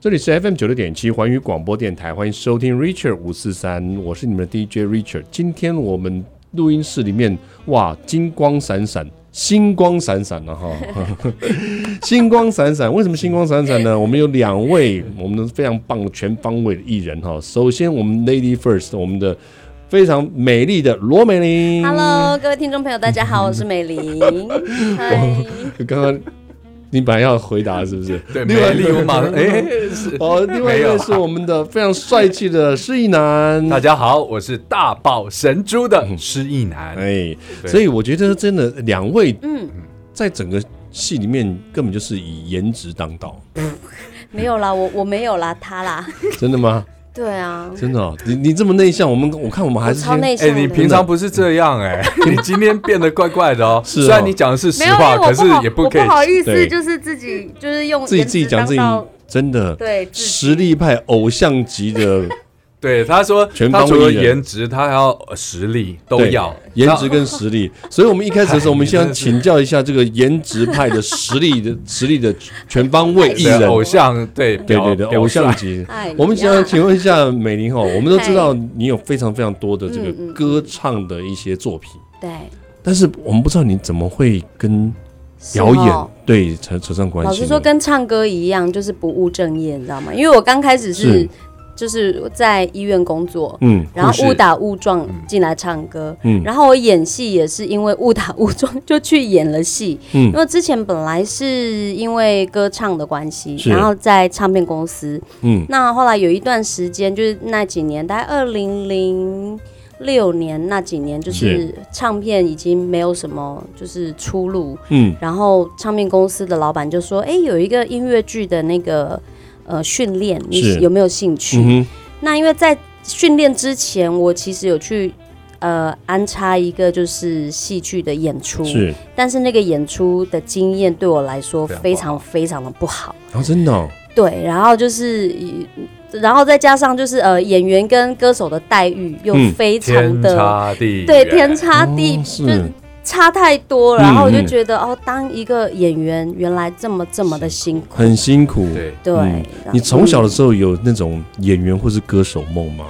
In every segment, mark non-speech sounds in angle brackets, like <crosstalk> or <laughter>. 这里是 FM 九六点七环宇广播电台，欢迎收听 Richard 五四三，我是你们的 DJ Richard。今天我们录音室里面，哇，金光闪闪，星光闪闪啊了哈， <laughs> 星光闪闪。为什么星光闪闪呢？我们有两位我们非常棒的全方位的艺人哈。首先，我们 Lady First，我们的非常美丽的罗美玲。 Hello，各位听众朋友，大 <laughs> 家好，我是美玲。嗨，刚刚你本来要回答是不 <laughs> 是？对，另外美丽我马上哎，是哦，另外一没有啊位是我们的非常帅气的施一男。大家好，我是大宝神猪的失忆男，哎，对所以我觉得真的两位嗯，在整个戏里面根本就是以颜值当道，没有啦，我我没有啦，他啦。真的吗？ <laughs> 对啊，真的、哦，你你这么内向，我们我看我们还我是超先内向哎，的。你平常不是这样哎， <laughs> 你今天变得怪怪的哦。是哦虽然你讲的是没实有，因为话，我可是不好，也我可以不。好意思，对就是自己就是用自己颜值自己讲自己当到，真的对自己实力派偶像级的对，他说全他方除了艺人颜值，他还要呃实力 <laughs> 都对要。颜值跟实力，所以我们一开始的时候，我们先请教一下这个颜值派的实力的实力的全方位艺对人，偶像对对对表对，表偶像率级哎呀，我们想请问一下美玲哈，我们都知道你有非常非常多的这个嗯嗯歌唱的一些作品，对。但是我们不知道你怎么会跟表是哦演对扯扯上关系呢。老实说，跟唱歌一样，就是不务正业，你知道吗？因为我刚开始是是就是在医院工作，嗯然后护误士打误撞进来唱歌。嗯然后我演戏也是因为误打误撞就去演了戏，因嗯为之前本来是因为歌唱的关系，是然后在唱片公司，嗯那后来有一段时间，就是那几年，大概二零零六年那几年，就是是唱片已经没有什么就是出路，嗯然后唱片公司的老板就说：“哎、有一个音乐剧的那个呃训练，是你有没有兴趣？”嗯哼那因为在训练之前，我其实有去呃安插一个就是戏剧的演出，是但是那个演出的经验对我来说非常不好非常非常的不好。啊真的哦对，然后就是以，然后再加上就是呃，演员跟歌手的待遇又嗯非常天的、差地远对天差地、哦就是差太多了，然后我嗯就嗯觉得、哦，当一个演员原来这么这么的辛苦，很辛苦。对对，嗯然后你从小的时候有那种演员或是歌手梦吗？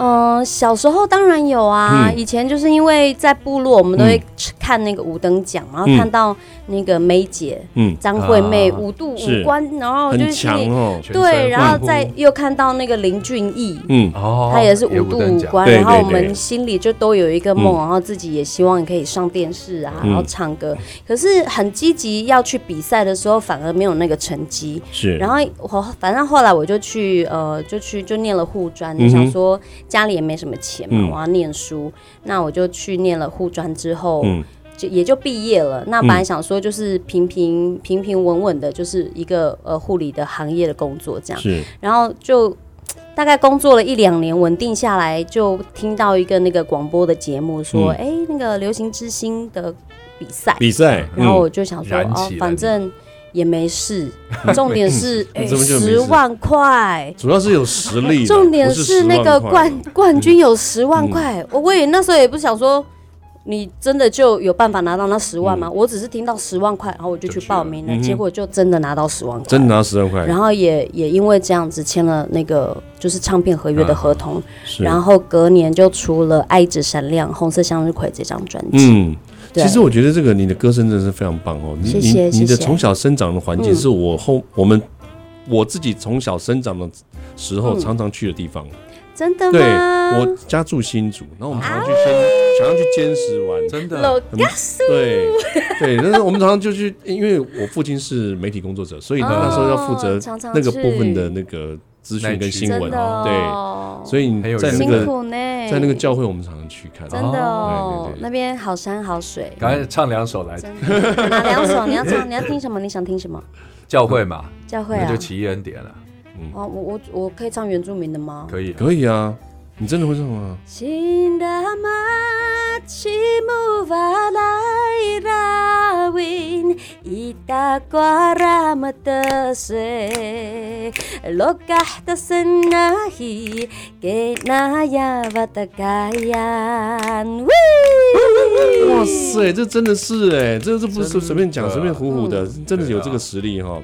嗯、小时候当然有啊，嗯以前就是因为在部落，我们都嗯会吃看那个五等奖，然后嗯看到那个梅姐、嗯，张惠妹、啊五度是五官，然后就很是心强里哦。全身对，然欢后呼再又看到那个林俊逸，嗯哦，他也是五度等五奖关，对然后对我对们心里就都有一个梦，嗯然后自己也希望可以上电视啊，嗯然后唱歌。可是很积极要去比赛的时候，反而没有那个成绩。是，然后我反正后来我就去呃，就去就念了护专，嗯哼想说家里也没什么钱嘛嗯，我要念书，那我就去念了护专之后。嗯就也就毕业了，那本来想说就是平平平平稳稳的，就是一个呃护理的行业的工作这样。是然后就大概工作了一两年，稳定下来，就听到一个那个广播的节目说，嗯哎、那个流行之星的比赛，比赛，然后我嗯就想说，燃哦起，了反正也 <laughs> 没事，重点是你哎怎么就没事十万块。主要是有实力啦，重点不是10那万个块哦嗯冠冠军有十万块，我我也那时候也不想说，你真的就有办法拿到那十万嗯吗？我只是听到十万块，然后我就就去去报了名了，嗯哼结果就真的拿到十万块，真的拿十万块，然后也也因为这样子签了那个就是唱片合约的合同，啊是然后隔年就出了《爱之闪亮》《红色向日葵》这张专辑。嗯。对其实我觉得这个你的歌声真的是非常棒哦，你谢你谢你的谢谢从小生长的环境嗯是我后我们我自己从小生长的时候嗯常常去的地方，真的对吗？我家住新竹，然后我们常常去深啊常常去坚石玩，真的老很对对，但是我们常常就去，因为我父亲是媒体工作者，所以他哦那时候要负责常常那个部分去的那个资讯那跟区新真闻的、，哦、对，所以你很有在那辛个苦呢，在那个教会，我们常常去看，真的哦，对对对那边好山好水。赶快唱两首来真的，哪两首？你要唱，你要听什么？你想听什么？教会嘛，教会那啊就？奇恩典了，哦，我我我可以唱原住民的吗？可以啊。可以啊，你真的会唱吗？新的马奇木瓦来拉云，伊达瓜拉姆的水，洛卡的森那希，给那亚瓦的盖亚。哇塞，这真的是哎，这这不是随便讲、随便唬唬的，真的有这个实力哈。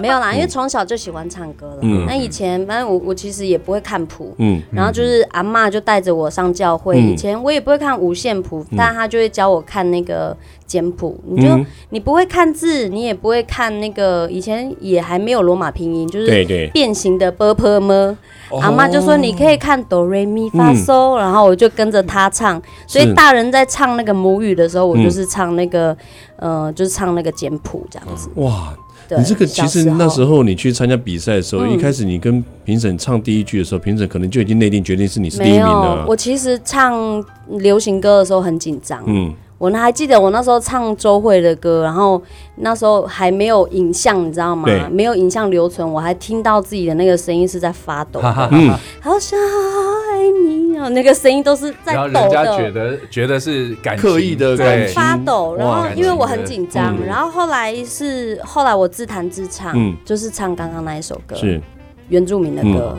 没有啦，因为从小就喜欢唱歌了。嗯那以前反正我我其实也不会看谱，嗯，然后就是阿嬷就带着我上教会。嗯以前我也不会看五线谱，但她就会教我看那个简谱。你就、嗯你不会看字，你也不会看那个，以前也还没有罗马拼音，就是对哦对变形的 b p m。阿妈就说你可以看哆瑞咪嗯发嗦，然后我就跟着她唱。所以大人在唱那个母语的时候，我嗯就是唱那个，呃，就是唱那个简谱这样子。哇，对，哦你这个小其实那时候候你去参加比赛的时候，一开始你跟评审唱第一句的时候，评审可能就已经内定决定是你是第一没名有了，。我其实唱流行歌的时候很紧张。嗯，我呢还记得我那时候唱周蕙的歌，然后那时候还没有影像，你知道吗对？没有影像留存，我还听到自己的那个声音是在发抖的，嗯好想爱你哦，那个声音都是在然后抖人家觉的。得觉得是感情刻意的在感对情，发抖，然后哇因为我很紧张，嗯然后后来是后来我自弹自唱，嗯就是唱刚刚那一首歌，是嗯原住民的歌，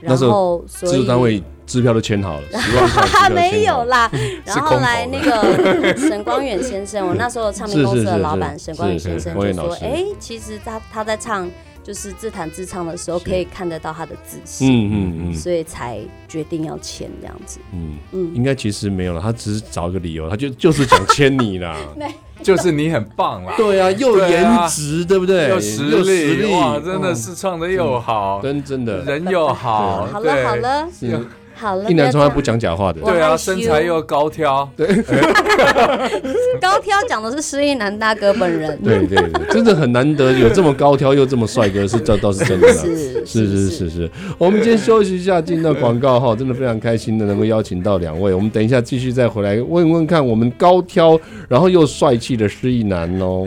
那然时后所制以作单位支票都签好了，十万 <laughs> 块支他票啊没签好有了。啦。然后空后头来的 <laughs> 那个沈光远先生，我那时候唱片公司是是的是老板是沈光远是先是生光就远老说：“师哎，其实他他在唱就是自弹自唱的时候，是可以看得到他的字形，嗯嗯嗯所以才决定要签这样子。嗯嗯，嗯应该其实没有了，他只是找一个理由，他就 <laughs> 就是想签你啦。就是你很棒 <laughs> 啦，对啊，又对颜啊值，对不对？又实实力，力哇，嗯哦真的是唱的又好，真真的，人又好，好对了好，了哦是好了，一男不从要来不讲假话的。我对害啊，羞身材又高挑，这样高挑讲的是施一男大哥 <laughs> 本人，对啊对对，真的很难得有这么高挑又这么帅哥，是这倒是真的啦。是 <laughs> 是是是是，我们今天休息一下，进到广告哈，真的非常开心的能够邀请到两位，我们等一下继续再回来问问看我们高挑然后又帅气的失意男哦。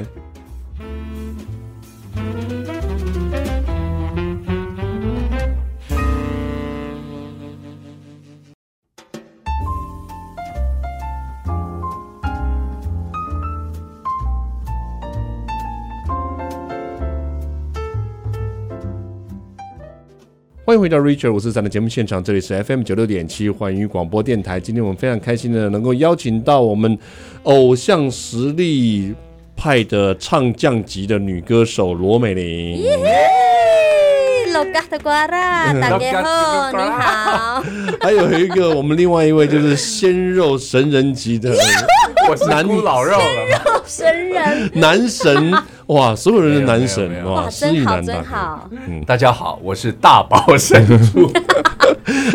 欢迎回到 Richard 五四三的节目现场，这里是 FM 九六点七环宇广播电台。今天我们非常开心的能够邀请到我们偶像实力派的唱将级的女歌手罗美玲。嘿老嘎的瓜啦，大家好，老嘎的你瓜好， <laughs> 还有一个，我们另外一位就是鲜肉神人级 <laughs> 的我是男孤老肉了嘛，神 <laughs> 人，男神，哇，所有人的男没有神没有哇，哇，失意真好男大真哥。好，嗯大家好，我是大宝神 <laughs> 助，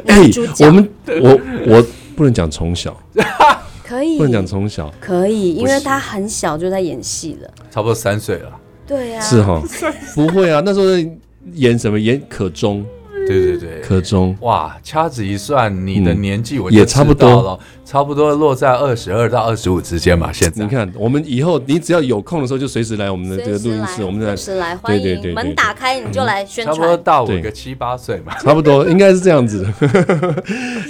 哎男主，角我们我我不能讲从小，可以不能讲从小，可以，因不为行他很小就在演戏了。差不多三岁了，对啊，是哦 <laughs> 哈，不会啊，那时候在演什么演可中对对对。可中。哇，掐指一算，你的嗯年纪我也就差不知道多了，差不多落在二十二到二十五之间吧。现在你看，我们以后你只要有空的时候，就随时来我们的这个录音室，我们随来时来，对欢对对对迎门打开你就来宣差不多传，大我对个七八岁嘛。差不多应该是这样子。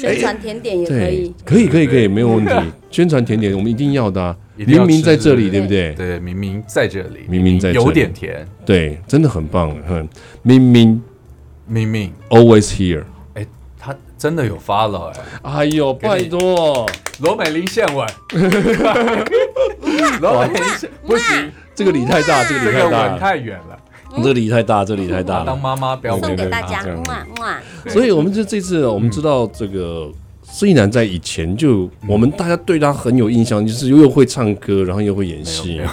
宣传甜点也 <laughs> 可哎对以。，可以可以可以，没有问题。宣传甜点我们一定要的啊，一定要明明吃在这里，对对不对？对，明明在这里，明明在这里有点甜，对，真的很棒，很明明明明， always here。哎，他真的有发了哎，哎呦，你拜托，罗美玲献 <laughs> 吻，罗美玲献不行，这个礼太大，这个这礼个太吻大，太远了，这个礼太大，这个礼太大当了。妈妈不要送吻给大啊家，这样哇哇！所以我们就这次，我们知道这个孙一楠在以前就，我们大家对他很有印象，就是又会唱歌，然后又会演没戏有没有。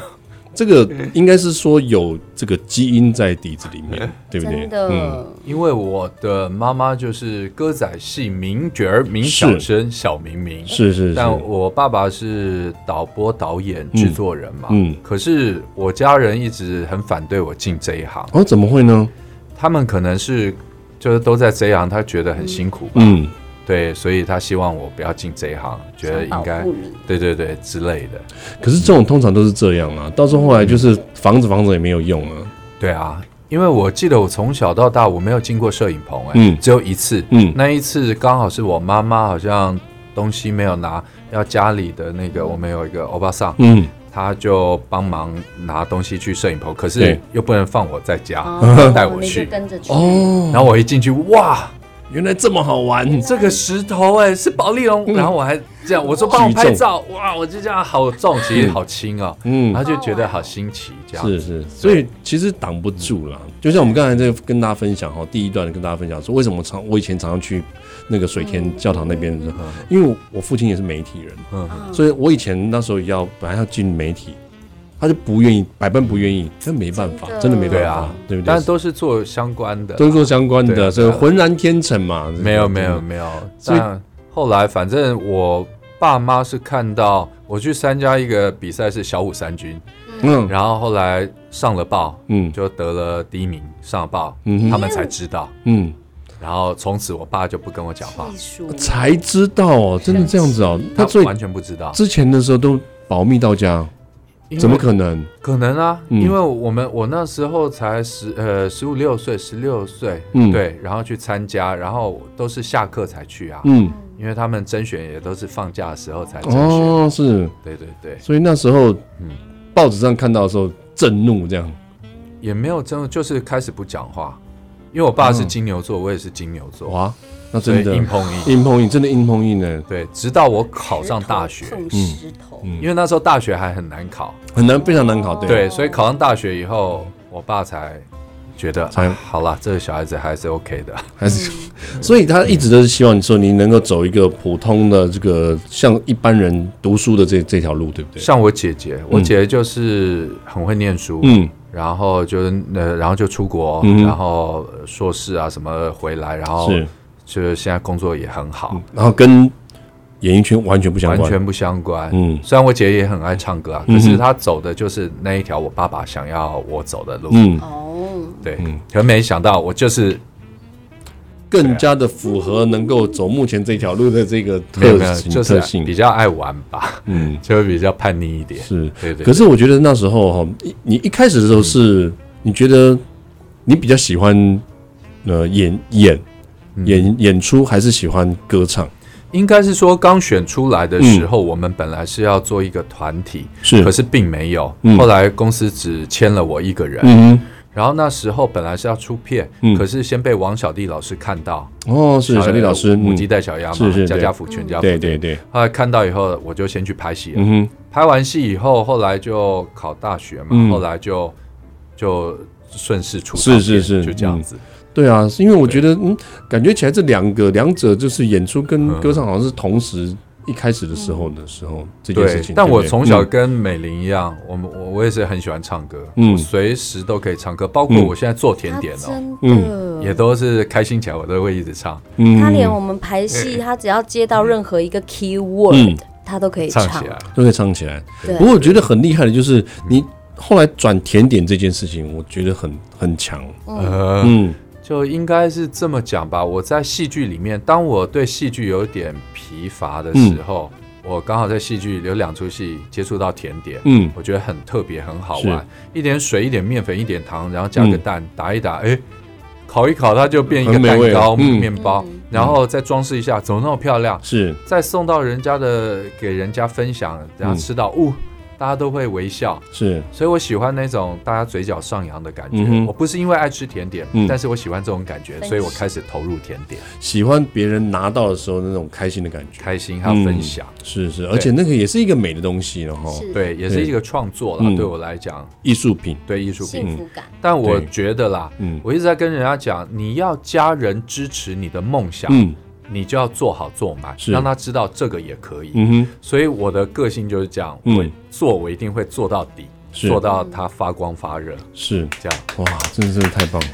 这个应该是说有这个基因在底子里面，对不对？嗯真的，因为我的妈妈就是歌仔戏名角儿名小生小明明，是是是但，我爸爸是导播、导演、制作人嘛，嗯可是我家人一直很反对我进这一行，哦，怎么会呢？他们可能是就是都在这一行，他觉得很辛苦吧，嗯，对，所以他希望我不要进这一行，觉得想应保该护你，对对对之类的，可是这种通常都是这样啊，到时候后来就是房子房子也没有用啊。对啊。因为我记得我从小到大我没有进过摄影棚、哎、嗯只有一次，嗯那一次刚好是我妈妈好像东西没有拿，要家里的那个我们有一个欧巴桑，嗯，他就帮忙拿东西去摄影棚，可是对又不能放我在家哦，带我你就去。跟着去。呃哦，然后我一进去，哇，原来这么好玩，这个石头哎、是宝丽嗯龙，然后我还这样，我说帮我拍照，哇，我就这样好重，其实好轻哦，嗯然后就觉得好新奇，这样是是，所以其实挡不住啦。就像我们刚才在跟大家分享哈，第一段跟大家分享说，为什么常我以前常常去那个水天教堂那边的时候，因为我父亲也是媒体人，嗯，所以我以前那时候要本来要进媒体，他就不愿意，百般不愿意，那没办法，真真的的没对办啊法，对不对但？都是做相关的啦，都是做相关对的，啊所以浑然天成嘛。没有没有，没有，所以但后来反正我爸妈是看到我去参加一个比赛是小五三军，嗯然后后来上了报，嗯就得了第一名，上了报，嗯哼他们才知道，嗯，然后从此我爸就不跟我讲话技，术才知道哦，真的这样子哦。他那所以完全不知道，之前的时候都保密到家，因为怎么可能？可能啊？嗯因为我们我那时候才十呃十五六岁，十六岁，嗯对，然后去参加，然后都是下课才去啊，嗯，因为他们甄选也都是放假的时候才甄选，哦，是。对对对。所以那时候嗯，报纸上看到的时候震怒这样。也没有真的，就是开始不讲话，因为我爸是金牛座，我也是金牛座，哇，那所以真的嗯硬碰硬。硬碰硬，真的硬碰硬呢，对，直到我考上大学石，头碰石头，嗯因为那时候大学还很难考，很难，非常难考。对，对，所以考上大学以后，我爸才觉得，才啊好啦，这个小孩子还是 OK 的。还是，嗯所以他一直都是希望你说你能够走一个普通的这个像一般人读书的这这条路，对不对？像我姐姐，我姐姐就是很会念书，嗯然后就是呃，然后就出国，嗯哼然后呃硕士啊什么回来，然后是，就是现在工作也很好，然后跟演艺圈完全不相完关，全不相关。嗯虽然我姐也很爱唱歌啊，嗯可哼是她走的就是那一条我爸爸想要我走的路。嗯，哦，对，嗯可没想到我就是更加的符合能够走目前这条路的这个没有没特有，性就特是啊性比，较爱玩吧，嗯， <laughs> 就会比较叛逆一点。是。对对，可是我觉得那时候哈，一你一开始的时候是，你觉得你比较喜欢呃演演演演出，还是喜欢歌唱？应该是说刚选出来的时嗯候，我们本来是要做一个团体，是可是并没有嗯。后来公司只签了我一个人，嗯然后那时候本来是要出片嗯，可是先被王小弟老师看到，哼，哦，是小丽老师，母嗯鸡，带小鸭是嘛是，家对家福全家福。对啊对对，后来看到以后，我就先去拍戏了。嗯哼，拍完戏以后，后来就考大学嘛，嗯后来就就顺势出道是是是就这样子。对啊，是因为我觉得嗯，感觉起来这两个两者就是演出跟嗯歌唱好像是同时一开始的时候的时候这件事对情。，嗯但对不我对从小嗯跟美玲一样，我们我我也是很喜欢唱歌，嗯我随时都可以唱歌，包括嗯我现在做甜点他哦，真嗯的也都是开心起来我都会一直唱，他连嗯我们排戏，他只要接到任何一个 key word，、嗯他都可以唱起来。都可以唱起来。对不过我觉得很厉害的就是你后来转甜点这件事情，我觉得很很强。呃，嗯就应该是这么讲吧。我在戏剧里面，当我对戏剧有点疲乏的时候，嗯我刚好在戏剧有两出戏接触到甜点，嗯我觉得很特别，很好是嗯玩。一点水，一点面粉，一点糖，然后加个蛋，打一打，哎，烤一烤，它就变一个很美蛋味糕、嗯面包，然后再装饰一下，怎么那么漂亮？是，再送到人家的，给人家分享，然后嗯吃到，呜、大家都会微笑。是，所以我喜欢那种大家嘴角上扬的感觉。嗯哼我不是因为爱吃甜点，嗯但是我喜欢这种感觉，分享所以我开始投入甜点，喜欢别人拿到的时候那种开心的感觉，嗯开心还有分享。是是，而且那个也是一个美的东西，然后是对，也是一个创作啦。嗯对我来讲，艺术品，对艺术品。幸福感，但我对觉得啦，嗯我一直在跟人家讲，你要家人支持你的梦想，嗯你就要做好做满，是让他知道这个也可以。嗯哼，所以我的个性就是这样，嗯我做我一定会做到底，是做到它发光发热。是，这样，哇，真的是太棒，了，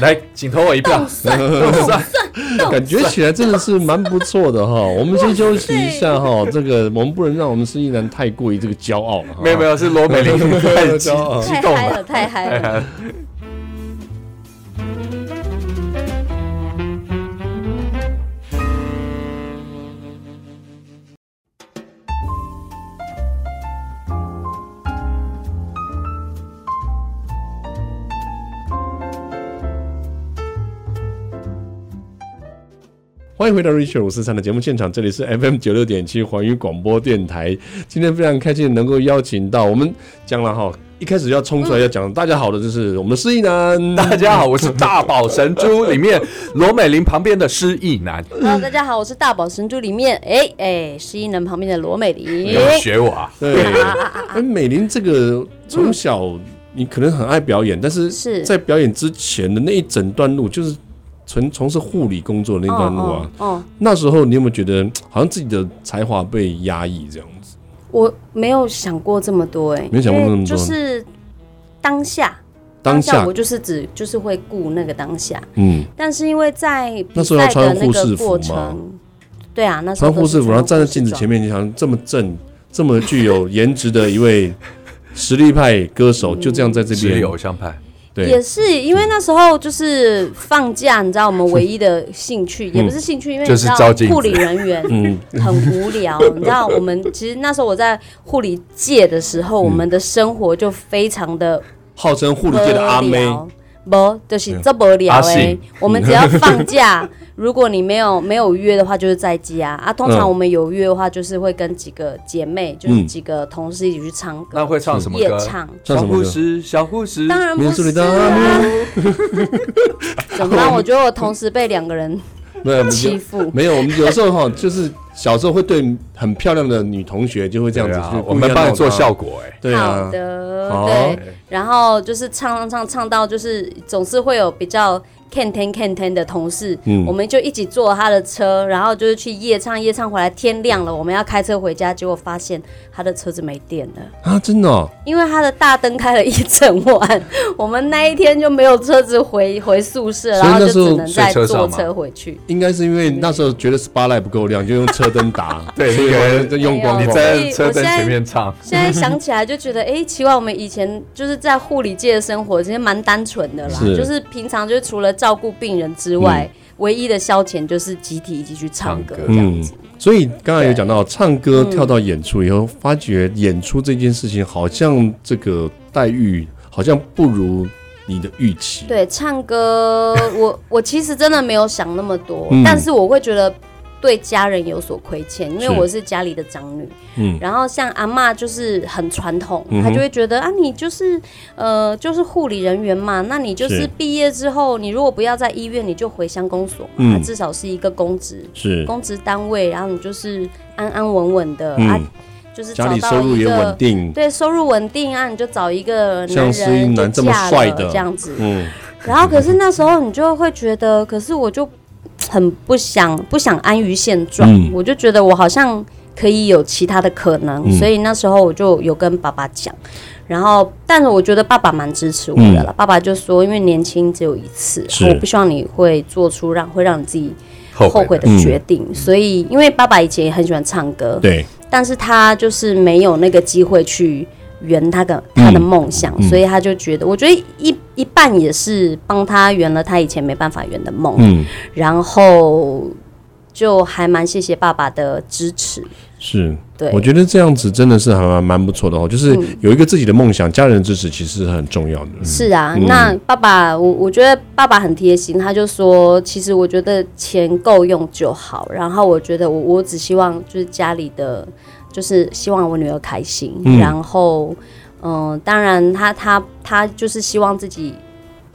来，请投我一票。 <laughs> 感觉起来真的是蛮不错 <laughs> 的哈。我们先休息一下哈，这个我们不能让我们施一男太过于这个骄傲了哈， <laughs> 没有没有，是罗 <laughs> 美玲太激骄傲激太动嗨了。了，太嗨了。欢迎回到 Richard 五四三的节目现场，这里是 FM 九六点七环宇广播电台。今天非常开心能够邀请到我们讲了哈，一开始要冲出来要讲大家好的，就是我们的失忆男，大家好，我是大宝神珠里面罗美玲旁边的失忆男， Hello，大家好，我是大宝神珠里面，哎哎，失忆男旁边的罗美你玲要，学我啊？对，而哎美玲这个从小你可能很爱表演，但是嗯是在表演之前的那一整段路，就是从从事护理工作的那段路啊。哦，哦那时候你有没有觉得好像自己的才华被压抑这样子？我没有想过这么多、哎，没有想过因为那么多就是当下，当下下我，就是只就是会顾那个当下，嗯，但是因为在比那时候赛要的穿那护士个服过吗程，对啊，那时候穿护士服，然后站在镜子前。前面，你想这么正、这么具有颜值的一 <laughs> 位实力派歌手，嗯就这样在这实力边，偶像派，对也，是因为那时候就是放假，你知道我们唯一的兴趣 <laughs> 也不是兴趣，因为就你是知照道镜子护理人员嗯，很无聊， <laughs> 你知道我们其实那时候我在护理界的时候，我们嗯的生活就非常的号称护无理界的阿妹，聊。不，就是这无聊阿哎、信我们只要放假， <laughs> 如果你没有没有约的话，就是在家啊。通常嗯我们有约的话，就是会跟几个姐妹，就是嗯几个同事一起去唱歌，那会唱什么夜歌？唱。唱小什么护歌？士，小护士，当然不民族里是的啊阿，怎么办？我觉得我同时被两个人没有，我们欺就负。没有，我们有时候哈，就是小时候会对很漂亮的女同学就会这样对子，啊，我们帮你做效，果哎。对好啊，的，好对，然后就是唱唱唱唱到就是总是会有比较 can ten can ten 的同事，嗯我们就一起坐他的车，然后就是去夜唱，夜唱回来天亮了，我们要开车回家，结果发现他的车子没电了，啊，真的哦，因为他的大灯开了一整晚，我们那一天就没有车子回回宿舍，所以然后那就时候只能再睡车坐上吗车回去。应该是因为那时候觉得 spotlight 不够亮，就用车灯打， <laughs> 对所以那个我就用光没你有光。在车灯前面唱，哦现在想起来就觉得，哎、奇怪，我们以前就是在护理界的生活，其实蛮单纯的啦，是就是平常就是除了照顾病人之外，唯一的消遣就是集体一起去唱歌嗯这唱歌样子。所以刚才有讲到唱歌跳到演出以后，发觉演出这件事情好像这个待遇好像不如你的预期。对，唱歌，我 <laughs> 我其实真的没有想那么多，嗯但是我会觉得对家人有所亏欠，因为是我是家里的长女。嗯然后像阿嬷就是很传统，嗯哼她就会觉得啊，你就是呃，就是护理人员嘛，那你就是是毕业之后，你如果不要在医院，你就回乡公所嘛，嗯啊至少是一个公职是公职单位，然后你就是安安稳稳的、嗯啊，就是找家里收到入一也个稳。定，对，收入稳定啊，你就找一个男像施人英就男这么嫁了帅的这样子，嗯，然后可是那时候你就会觉得，可是我就很不想不想安于现状，嗯我就觉得我好像可以有其他的可能，嗯所以那时候我就有跟爸爸讲，然后但是我觉得爸爸蛮支持我的了，爸爸就说，因为年轻只有一次，是我不希望你会做出让会让你自己后后悔悔的的决定，所以因为爸爸以前也很喜欢唱歌，对，但是他就是没有那个机会去圆他的他的梦想，嗯所以他就觉得，我觉得一一半也是帮他圆了他以前没办法圆的梦，嗯，然后就还蛮谢谢爸爸的支持，是。对，嗯我觉得这样子真的是还蛮蛮不错的哦，就是有一个自己的梦想，家人的支持其实是很重要的。是啊，嗯那爸爸，我我觉得爸爸很贴心，他就说，其实我觉得钱够用就好。然后我觉得我我只希望就是家里的，就是希望我女儿开心。嗯然后，嗯、当然他他他就是希望自己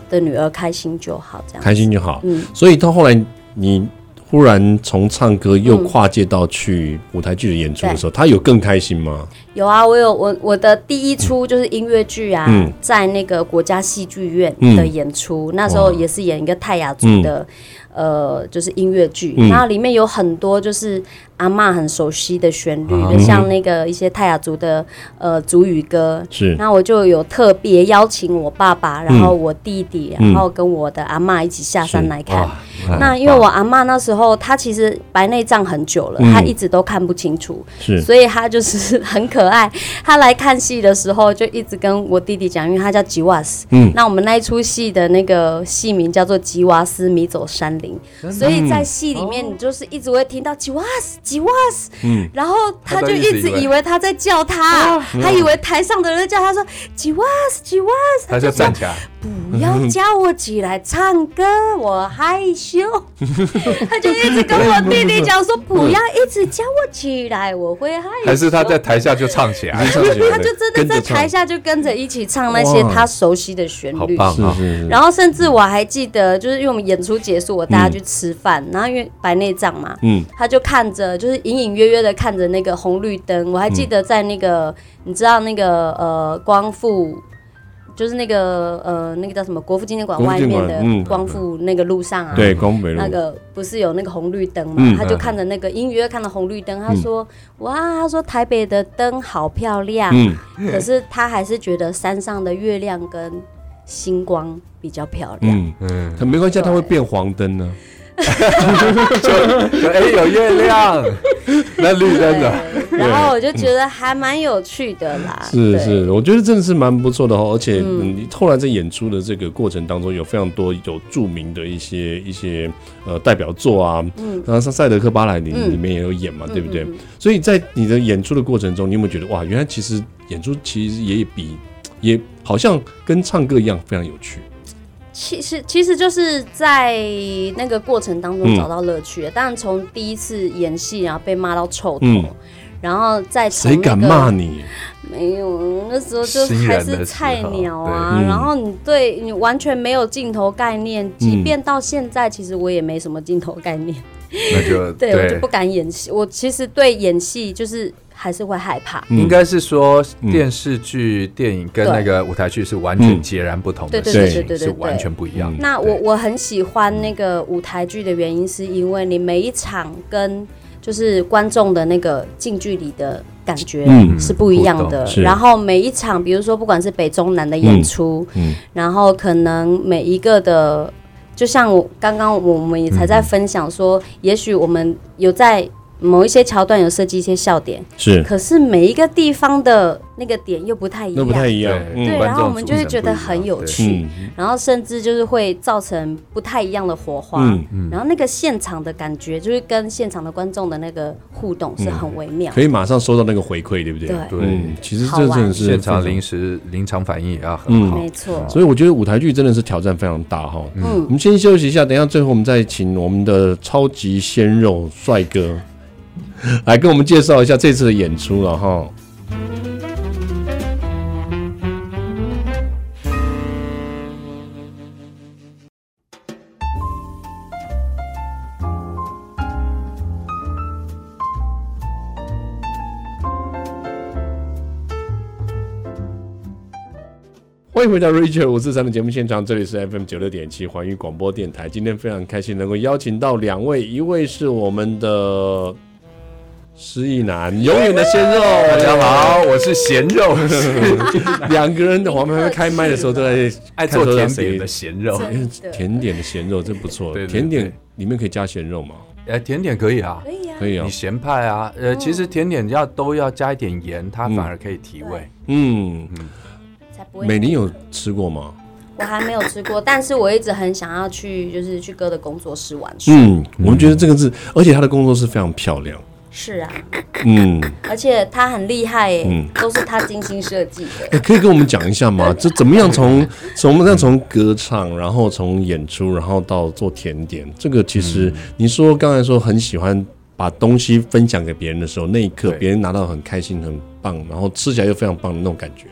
的女儿开心就好，这样开。心就好。嗯所以到后来，你忽然从唱歌又嗯跨界到去舞台剧的演出的时候，他有更开心吗？有啊，我有我我的第一出就是音乐剧啊，嗯在那个国家戏剧院的演出，那时候也是演一个泰雅族的、呃，就是音乐剧，嗯然后里面有很多就是阿嬷很熟悉的旋律啊的，像那个一些泰雅族的呃族语歌。是，那我就有特别邀请我爸爸，然后我弟弟，嗯然后跟我的阿嬷一起下山来看。哇！那因为我阿嬷那时候她其实白内障很久了，嗯她一直都看不清楚，是所以他就是很可爱。他来看戏的时候，就一直跟我弟弟讲，因为他叫吉瓦斯。嗯那我们那一出戏的那个戏名叫做《吉瓦斯迷走山林》，所以在戏里面哦你就是一直会听到吉瓦斯、吉瓦斯，嗯，然后他他就都一一直直以为以为他在叫他，他以为台上的人在叫他说吉瓦斯、吉瓦斯，他就站起来，你要教我起来唱歌，我害 <laughs> 羞。他就一直跟我弟弟讲说，不要一直教我起来，我会害羞。还是他在台下就唱起来？唱起来 <laughs> 他就真的在台，下就跟着一起唱那些哇他熟悉的旋好律。棒跟着啊唱！是是是，然后甚至我还记得，就是因为我们演出结束，我带他去吃饭，然后因为白内障嘛，嗯，他就看着，就是隐隐约约的看着那个红绿灯。我还记得在那个，你知道那个呃光复，就是那个呃那个叫什么国父纪念馆国父外纪念馆面的嗯光复那个路上啊，对，光北路那个不是有那个红绿灯嘛？嗯他就看着那个隐隐约约看到红绿灯，他嗯说哇，他说台北的灯好漂亮，嗯，可是他还是觉得山上的月亮跟星光比较漂亮。嗯，嗯，可没关系啊，它会变黄灯啊呢。就哎，有月 <laughs> 亮，那绿灯的，对，然后我就觉得还蛮有趣的啦。是对，嗯是，我觉得真的是蛮不错的哦，而且你后来在演出的这个过程当中，有非常多有著名的一些一些呃代表作啊，嗯然后像《塞德克巴莱林》嗯里面也有演嘛，对不对嗯嗯？所以在你的演出的过程中，你有没有觉得哇，原来其实演出其实也比也好像跟唱歌一样非常有趣？其实其实就是在那个过程当中嗯找到乐趣。当然，从第一次演戏，然后被骂到臭头，嗯然后再从谁敢那个骂你？没有，那时候就还是菜鸟啊新人的时候。对嗯然后你对你完全没有镜头概念，即便到现在，其实我也没什么镜头概念。那就对我就对不。敢演戏，我其实对演戏就是还是会害怕。嗯应该是说嗯电视剧、电影跟那个舞台剧是完全截然不同的嗯对事对对情，对对对是完全不一样的。那我对我很喜欢那个舞台剧的原因，是因为你每一场跟就是观众的那个近距离的感觉嗯是不一样互的动。是然后每一场，比如说不管是北中南的演出，嗯嗯然后可能每一个的，就像我刚刚我们也才在分享说，也许我们有在某一些桥段有设计一些笑点，是可是每一个地方的那个点又不太一那样。不太一样，对对，嗯观然后我众们组就会成觉不得一很样有对趣。嗯然后甚至就是会造成不太一样的火花，嗯然后那个现场的感觉，就是跟现场的观众的那个互动是很微妙。可以马上收到那个回馈，对不对？对嗯，其实好这玩真的是现场非常临时临场反应也要很好没。错，所以我嗯觉得舞台剧真的是挑战非常大哈。嗯我们先休息一下，等一下最后我们再请我们的超级鲜肉帅哥来跟我们介绍一下这次的演出了哈。欢迎回到 Richard 五四三的节目现场，这里是 FM 九六点七环宇广播电台。今天非常开心能够邀请到两位，一位是我们的失忆男，哎永远的鲜肉，大家好，我是咸 <laughs> 肉，两个人的我们还没开麦的时候都在 <laughs> 爱做甜点的咸肉。真的哦哎甜点的咸肉，真不错。对对甜点对里面可以加咸肉吗？哎，甜点可以啊，可以啊，可以啊你。咸派啊，呃，其嗯实甜点要都要加一点盐，它反而可以提味。嗯，才不美会。玲有吃过吗？我还没有吃过，但是我一直很想要去，就是去哥的工作室玩耍。嗯，我们觉得这个是，而且她的工作室非常漂 <laughs> 亮。是啊，嗯，而且他很厉害耶，嗯都是他精心设计的。哎可以跟我们讲一下吗？这怎么样从从那从歌唱，然后从演出，然后到做甜点，这个其实嗯你说刚才说很喜欢把东西分享给别人的时候，那一刻对别人拿到很开心、很棒，然后吃起来又非常棒的那种感觉。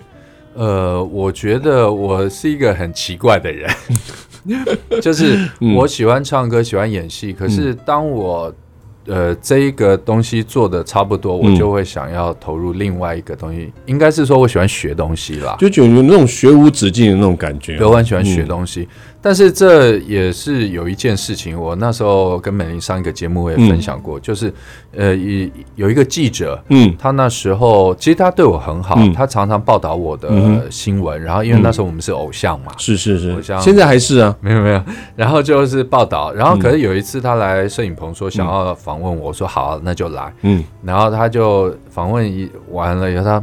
呃，我觉得我是一个很奇怪的人，就是我喜欢唱歌，喜欢演戏，可是当我呃这一个东西做的差不多，嗯我就会想要投入另外一个东西，应该是说我喜欢学东西啦。就觉得有那种学无止境的那种感觉。对，我很喜欢学东西，但是这也是有一件事情，我那时候跟美玲上一个节目我也分享过，就是呃，一有一个记者，嗯他那时候其实他对我很好，嗯他常常报道我的嗯呃新闻，然后因为那时候我们是偶像嘛，是是我是，想现在还是啊，没有没有， <laughs> 然后就是报道，然嗯后可是有一次他来摄影棚说想要访问我，我说好啊、那就来，嗯然后他就访问一完了以后，他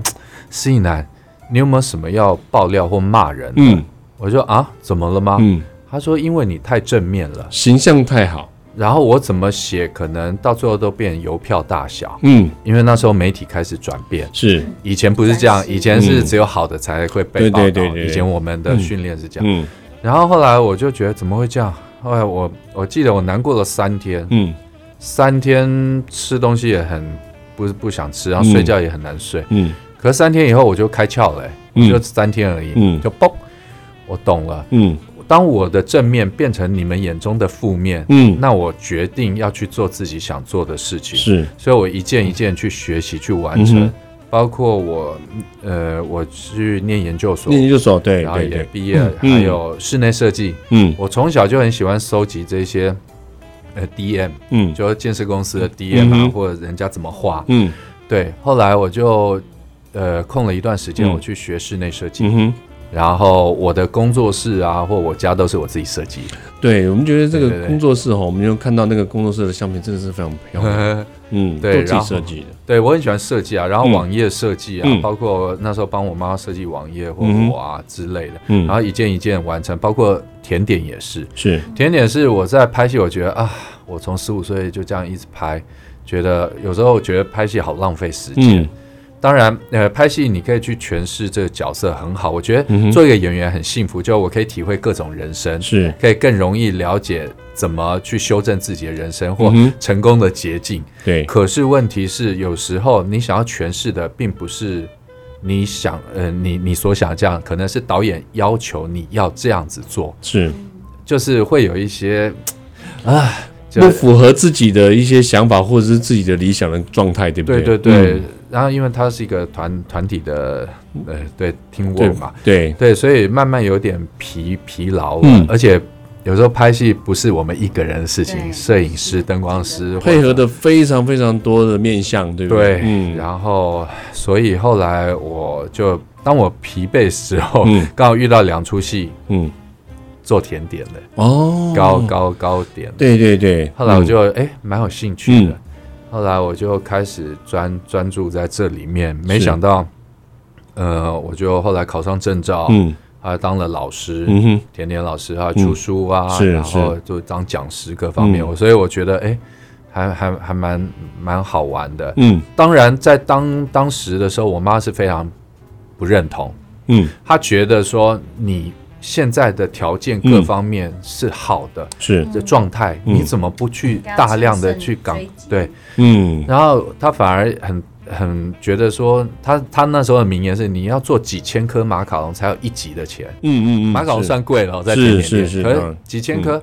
施以南，你有没有什么要爆料或骂人？嗯我说啊，怎么了吗？嗯，他说因为你太正面了，形象太好，然后我怎么写可能到最后都变邮票大小，嗯因为那时候媒体开始转变。是，以前不是这样，转型以前是只有好的才会被报嗯道。对对对对对以前我们的训练是这样，嗯然后后来我就觉得怎么会这样？后来我我记得我难过了三天，嗯三天吃东西也很不是不想吃，然后嗯睡觉也很难睡。嗯可是三天以后我就开窍了、欸，嗯就三天而已，嗯就嘣，我懂了。嗯当我的正面变成你们眼中的负面，嗯，那我决定要去做自己想做的事情。是，所以我一件一件去学习去完嗯成，哼包括我呃我去念研究所那，你就说对然后对也对，毕业，嗯还有室内设计。嗯我从小就很喜欢收集这些呃 DM，嗯就是建设公司的 DM 啊，嗯哼或者人家怎么画。嗯对，后来我就呃空了一段时间，嗯我去学室内设计，嗯哼。然后我的工作室啊或我家都是我自己 <laughs> 设计的。对，我们觉得这对对个对工作室哈，我们就看到那个工作室的相片真的是非常漂 <laughs> 亮，嗯，都对自然己后设计的，对我很喜欢设计啊，然后嗯网页设计啊，嗯包括那时候帮我妈妈设计网页或嗯哼我啊之类的，嗯然后一件一件完成，包括甜点也是。是，甜点是我在拍戏，我觉得啊，我从十五岁就这样一直拍，觉得有时候觉得拍戏好浪费时间。嗯当然，呃，拍戏你可以去诠释这个角色很好，我觉嗯哼得做一个演员很幸福，就我可以体会各种人生，是，可以更容易了解怎么去修正自己的人生或嗯哼成功的捷径。对，可是问题是，有时候你想要诠释的并不是你想，呃，你你所想这样，可能是导演要求你要这样子做，是就是会有一些，啊，就不符合自己的一些想法或者是自己的理想的状态，对不嗯对对对嗯对。然后因为它是一个团团体的，呃，对，听我对嘛，对，对，所以慢慢有点疲疲劳了，嗯而且。有时候拍戏不是我们一个人的事情，对摄影师、灯光师配合或者的非常非常多的面向，对不对，嗯，然后所以后来我就当我疲惫时候，嗯刚好遇到两出戏嗯，做甜点的、哦，高，高高点的，对对对，后来我嗯就哎蛮、有兴趣的，嗯后来我就开始专专注在这里面，没想到，呃，我就后来考上证照，嗯还当了老师。嗯哼，嗯甜点老师啊，出书啊，是然后就当讲师各方面，嗯我所以我觉得哎、还还还蛮蛮好玩的。嗯当然，在当当时的时候，我妈是非常不认同，嗯她觉得说你现在的条件各方面是好的，是，这状态嗯你怎么不去大量的去港应该要趁胜追击对？嗯然后她反而很很觉得说，她她那时候的名言是你要做几千颗马卡龙才有一集的钱，嗯嗯嗯，马卡龙是算贵了哦，在甜点是店，是嗯可当然是几千颗。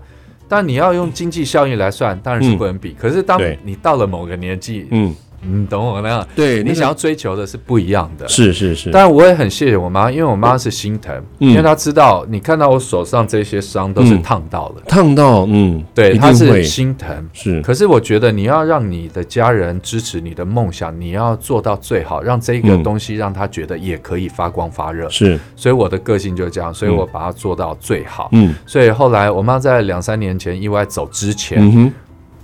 但你要用经济效益来算，当然是不能比。可是当嗯对你到了某个年纪，嗯，你懂我那样，对，那你个想要追求的是不一样的。是是是，当然，我也很谢谢我妈，因为我妈是心疼，嗯因为她知道你看到我手上这些伤都是嗯烫到了，烫到，嗯，对，一她定是会嗯心疼。是，可是我觉得你要让你的家人支持你的梦想，你要做到最好，让这个嗯东西让她觉得也可以发光发热。是，所以我的个性就是这样，所以嗯我把它做到最好。嗯所以后来我妈在两三年前意外走之前，嗯哼，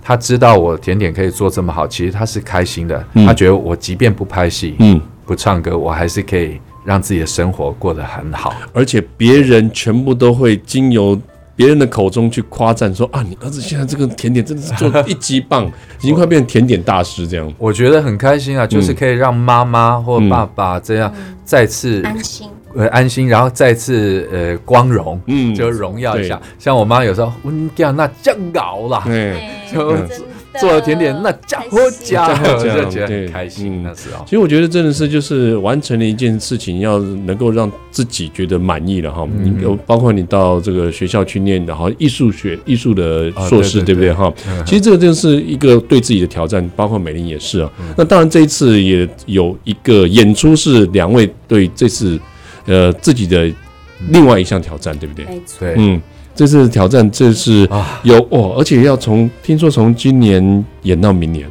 她知道我甜点可以做这么好，其实她是开心的。嗯她觉得我即便不拍戏，嗯，不唱歌，我还是可以让自己的生活过得很好。而且别人全部都会经由别人的口中去夸赞说啊，你儿子现在这个甜点真的是做得一级棒，已经快变成甜点大师这样。我觉得很开心啊，就是可以让妈妈或爸爸这样再次、安心，呃嗯安心，然后再次呃光荣，嗯就荣耀一下。像我妈有时候，嗯，这样那酱熬啦。对，就真的做了甜点，那家伙 <laughs> 家，开心我就觉得对很开嗯心。那时候其，实我觉得真的是就是完成了一件事情，要能够让自己觉得满意了哈。你有包括你到这个学校去念，然后艺术学艺术的硕士，啊对对对不对哈？其实这个就是一个对自己的挑战，包括美玲也是啊。那当然这一次也有一个演出是两位对这次呃自己的另外一项挑战，对不对？没错，对嗯，这次的挑战这是啊，有哦，而且要从听说从今年演到明年，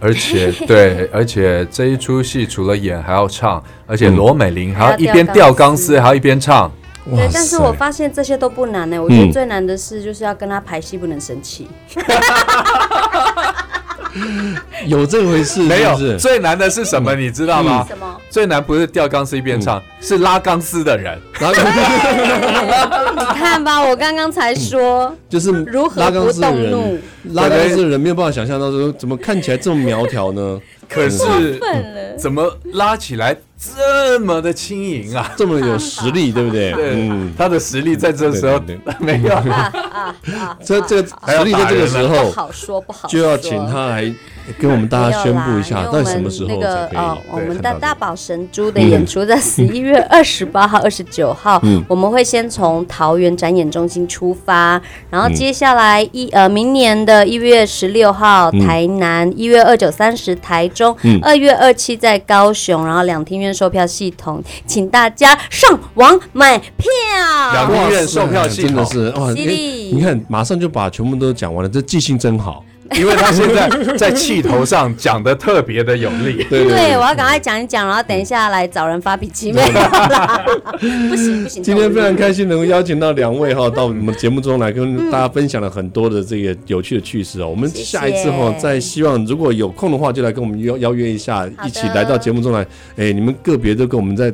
而 <laughs> 且对，而且这一出戏除了演还要唱，而且罗美玲嗯还要一边吊钢丝，还要一边唱。哇对，但是我发现这些都不难呢、欸我觉嗯得最难的是就是要跟他排戏，不能生气。有这回事没是不有，嗯是最难的是什么？你知嗯道吗？什么？最难不是吊钢丝一边唱，是拉钢丝的人。 <laughs> 然后你看吧，我刚刚才说，就是如何拉钢丝的不动怒人，拉钢丝的人没有办法想象到说怎么看起来这么苗条呢？嗯 <laughs> 可是嗯笨了，怎么拉起来这么的轻盈啊！这么有实力，对不对？对，嗯， <laughs> 他的实力在这时候对对 <laughs> 没有，这这个实力在这个啊时不候好说，不嗯哦好说，就要请他来跟我们大啊家宣布一下，没有啦到底什么时因候为我们才那可个以？哦，我对们看的到大宝神猪的演出在十一月二十八号、二十九号，嗯我们会先从桃园展演中心出发，然嗯后接下来一呃明年的一月十六号嗯台南，一月二九、三十台中嗯，二月二七在高雄，然后两厅院售票系统，请大家上网买两票。厅哇院塞售票系真的统是哇！犀利哎你看，马上就把全部都讲完了，这记性真好。因为他现在在气头上讲的特别的有力。对对，我要赶快讲一讲，然后等一下来找人发 <laughs> 脾气，没有啦，不行不行，今天非常动不动开心能够邀请到两位哈到我们节目中来跟大家分享了很多的这个有趣的趣事哦。我们谢谢下一次哈，再希望如果有空的话，就来跟我们邀邀约一下，好的一起来到节目中来。哎，你们个别都跟我们在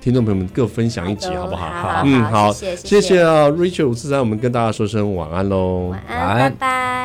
听众朋友们各分享一集，好不好？好好好嗯，好，谢谢谢谢啊，Richard 五四三，我们跟大家说声晚安喽，晚晚安，安拜拜。